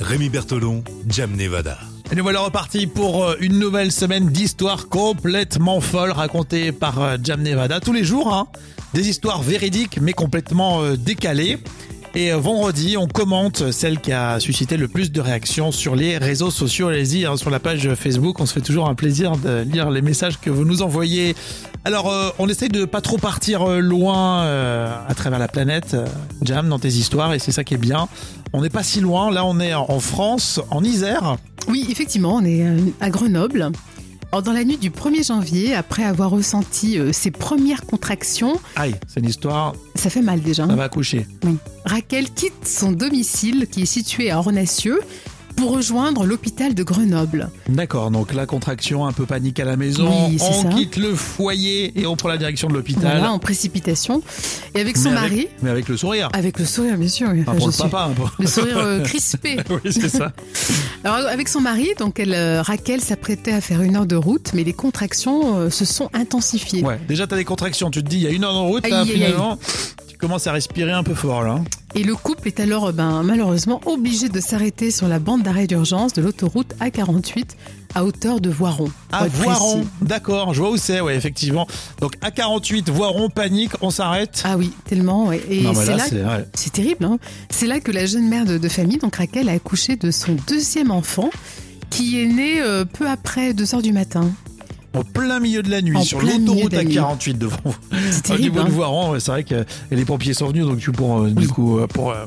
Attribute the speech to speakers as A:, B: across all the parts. A: Rémi Bertolon, Jam Nevada.
B: Et nous voilà repartis pour euh, une nouvelle semaine d'histoires complètement folles racontées par euh, Jam Nevada tous les jours. hein. Des histoires véridiques mais complètement euh, décalées. Et euh, vendredi, on commente celle qui a suscité le plus de réactions sur les réseaux sociaux. Allez-y, hein, sur la page Facebook, on se fait toujours un plaisir de lire les messages que vous nous envoyez. Alors, euh, on essaye de pas trop partir euh, loin euh, à travers la planète, euh, Jam, dans tes histoires, et c'est ça qui est bien. On n'est pas si loin. Là, on est en France, en Isère.
C: Oui, effectivement, on est euh, à Grenoble. Alors, dans la nuit du 1er janvier, après avoir ressenti euh, ses premières contractions,
B: Aïe, c'est une histoire,
C: ça fait mal déjà. hein.
B: ça va coucher.
C: Raquel quitte son domicile qui est situé à Ornacieux pour rejoindre l'hôpital de Grenoble.
B: D'accord, donc la contraction, un peu panique à la maison,
C: Oui, c'est
B: on
C: ça.
B: quitte le foyer et on prend la direction de l'hôpital.
C: Voilà, en précipitation. Et avec son
B: mais
C: mari,
B: Avec, mais avec le sourire.
C: avec le sourire, bien sûr. oui.
B: Enfin,
C: Enfin,
B: pour
C: je
B: le
C: suis-
B: papa. hein, pour-
C: le sourire euh, crispé.
B: oui, c'est ça.
C: Alors, avec son mari, donc elle, euh, Raquel s'apprêtait à faire une heure de route, mais les contractions euh, se sont intensifiées.
B: Ouais. Déjà, t'as des contractions, tu te dis, il y a une heure en route, là,
C: Aïe, aïe, aïe.
B: finalement, tu commences à respirer un peu fort, là. hein.
C: Et le couple est alors euh, ben, malheureusement obligé de s'arrêter sur la bande d'arrêt d'urgence de l'autoroute A48 à hauteur de Voiron. pour
B: À
C: être précis.
B: Ah, Voiron, d'accord, je vois où c'est, ouais, effectivement. Donc, à 48, Voiron, panique, on s'arrête.
C: Ah oui, tellement. ouais. Et
B: Non, mais
C: c'est
B: là,
C: là,
B: c'est- ouais.
C: c'est terrible. hein. C'est là que la jeune mère de, de famille, donc Raquel, a accouché de son deuxième enfant, qui est né euh, peu après 2 heures du matin.
B: En plein milieu de la nuit,
C: En
B: sur
C: plein milieu
B: l'autoroute
C: de la
B: à
C: nuit.
B: 48 devant vous.
C: C'est
B: Au niveau
C: terrible. hein.
B: de Voiron, ouais, c'est vrai que euh, et les pompiers sont venus, donc tu pour euh, du
C: Oui.
B: coup euh, pour euh,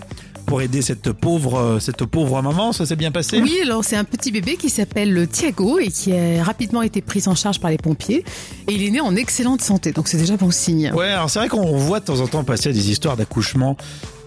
B: pour aider cette pauvre euh, cette pauvre maman, ça s'est bien passé.
C: Oui, alors c'est un petit bébé qui s'appelle euh, Thiago et qui a rapidement été pris en charge par les pompiers. Et il est né en excellente santé, donc c'est déjà bon signe.
B: Ouais, alors c'est vrai qu'on voit de temps en temps passer des histoires d'accouchement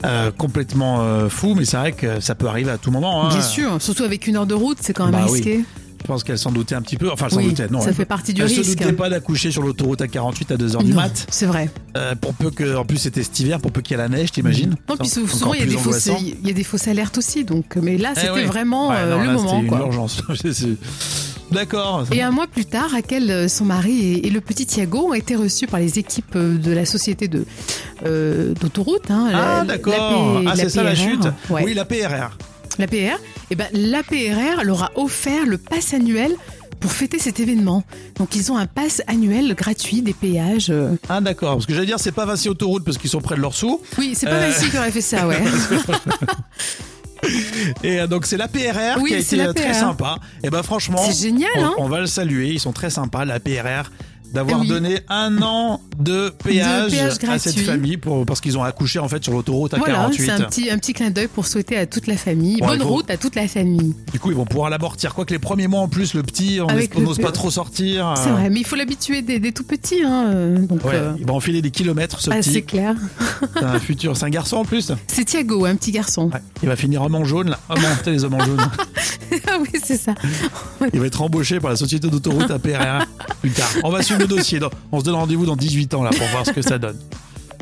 B: euh, complètement euh, fous, mais c'est vrai que ça peut arriver à tout moment. hein.
C: Bien sûr, surtout avec une heure de route, c'est quand même
B: Bah oui.
C: risqué.
B: Je pense qu'elle s'en doutait un petit peu. Enfin, elle s'en
C: Oui,
B: doutait. Non,
C: ça
B: elle,
C: fait partie du
B: elle se
C: risque.
B: doutait pas d'accoucher sur l'autoroute à 48 à 2h du
C: Non,
B: mat.
C: C'est vrai.
B: Euh, pour peu que, en plus, c'était cet hiver, pour peu qu'il y ait la neige, t'imagines
C: Non, puis
B: C'est
C: sou-
B: encore
C: souvent il y, a
B: plus
C: des fausses,
B: angoissant.
C: il y a des fausses alertes aussi, donc euh, mais là
B: Eh
C: c'était
B: ouais.
C: vraiment
B: Ouais,
C: euh,
B: non,
C: le
B: là,
C: moment.
B: C'était une
C: quoi.
B: urgence. C'est- c'est- D'accord.
C: Et un mois plus tard, Raquel, euh, son mari et- et le petit Thiago ont été reçus par les équipes euh, de la société de euh, d'autoroute. hein, la-
B: Ah
C: la-
B: d'accord,
C: la P-
B: ah c'est ça la
C: PRR,
B: chute.
C: ouais.
B: Oui la PRR.
C: La PR, eh ben, la PRR leur a offert le pass annuel pour fêter cet événement. Donc ils ont un pass annuel gratuit des péages. euh.
B: Ah d'accord, parce que j'allais dire c'est pas Vinci Autoroute parce qu'ils sont près de leur sous.
C: Oui, c'est pas
B: Euh.
C: Vinci qui aurait fait ça, ouais.
B: Et euh, donc c'est la PRR
C: Oui,
B: qui a été
C: c'est la
B: euh, très
C: PRR.
B: sympa. Et ben franchement,
C: C'est génial,
B: on,
C: hein
B: on va le saluer, ils sont très sympas la PRR d'avoir
C: Eh oui.
B: donné un an de péage,
C: De péage
B: à
C: gratuit.
B: cette famille pour, parce qu'ils ont accouché en fait sur l'autoroute à
C: Voilà, c'est
B: 48.
C: un petit, un petit clin d'œil pour souhaiter à toute la famille.
B: Bon, il
C: Bonne
B: faut-
C: route à toute la famille.
B: Du coup ils vont pouvoir l'abortir. Quoique les premiers mois en plus le petit, on
C: Avec
B: on
C: le
B: n'ose
C: P-
B: pas trop sortir.
C: C'est
B: Euh,
C: vrai, mais il faut l'habituer des, tout petits. Hein. euh, Donc,
B: Ouais,
C: euh,
B: il va enfiler des kilomètres ce
C: ah, c'est
B: petit.
C: clair.
B: C'est un futur, c'est un garçon en plus.
C: C'est Thiago, un petit garçon.
B: Ouais, Il va finir homme en jaune là. Oh mon, putain, les hommes en jaune.
C: ah oui, c'est ça.
B: Il va être embauché par la société d'autoroute à PRR plus tard. On va suivre le dossier. Donc, On se donne rendez-vous dans 18 ans là pour voir ce que ça donne.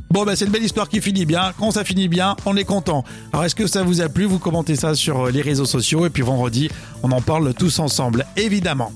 B: Bon, bah, c'est une belle histoire qui finit bien. Quand ça finit bien, on est content. Alors, est-ce que ça vous a plu Vous commentez ça sur euh, les réseaux sociaux. Et puis vendredi, on en parle tous ensemble, évidemment.